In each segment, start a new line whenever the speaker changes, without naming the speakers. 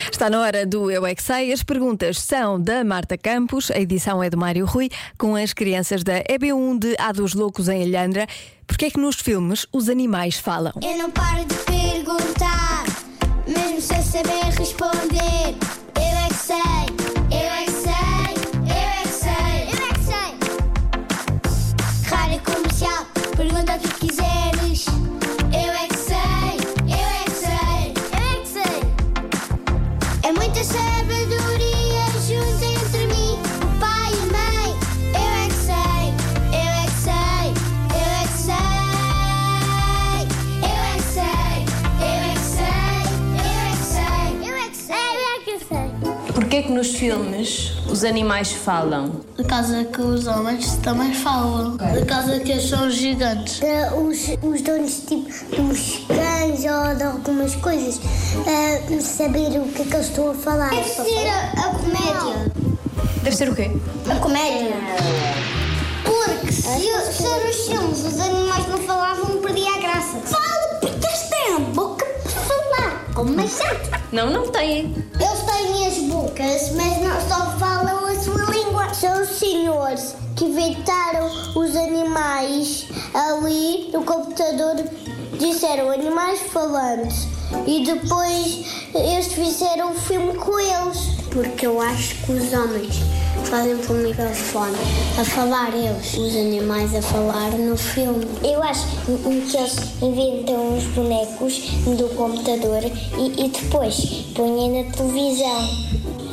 Está na hora do Eu é que Sei. As perguntas são da Marta Campos, a edição é do Mário Rui, com as crianças da EB1 de A dos Loucos em Alhandra. Porquê é que nos filmes os animais falam?
Eu não paro de perguntar, mesmo sem saber responder. Eu é que sei, eu é que sei, eu é que sei, eu é que sei. Rádio comercial, pergunta o que quiseres. Eu é que sei, eu é que sei, eu é que sei. É muita sabedoria junto entre mim, o pai e a mãe. Eu é que sei, eu é que sei, eu é que sei. Eu é que sei, eu é que sei, eu é que sei. Eu é que sei, eu é que sei.
Porquê é que nos filmes os animais falam?
Por causa que os homens também falam. Por causa que eles são gigantes. Os, os donos tipo dos cães ou de algumas coisas eh, saber o que é que eles estão a falar. Deve ser a, a comédia.
Deve ser o quê?
A comédia. Porque se, eu- se nos filmes os animais não falavam, perdia a graça. Fala porque eles têm a boca para falar, como uma gente.
Não, não têm.
Eles têm as bocas, mas não só falam a sua língua. São os senhores que inventaram os animais ali no computador. Disseram animais falantes. E depois eles fizeram um filme com eles. Porque eu acho que os homens fazem por microfone a falar eles, os animais a falar no filme. Eu acho que eles inventam os bonecos do computador e, e depois põem na televisão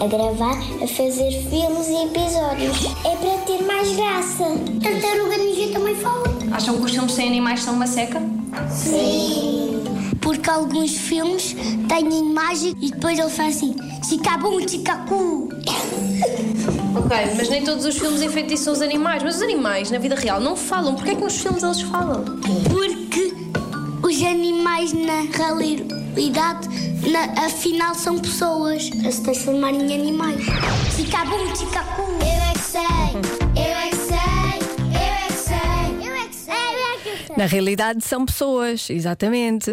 a gravar, a fazer filmes e episódios. É para ter mais graça. Tartaruga Ninja também fala.
Acham que os filmes sem animais são uma seca?
Sim. Porque alguns filmes têm imagem e depois ele faz assim: Chicabum, Chicacu.
Ok, mas nem todos os filmes enfeitiçam os animais. Mas os animais, na vida real, não falam. Porquê é que nos filmes eles falam?
Porque os animais na realidade, na- afinal, são pessoas a se transformarem em animais. Ticabum, ticacu. Eu é que sei, eu é que sei, eu é que sei, eu é que sei, eu é que sei.
Na realidade, são pessoas, exatamente.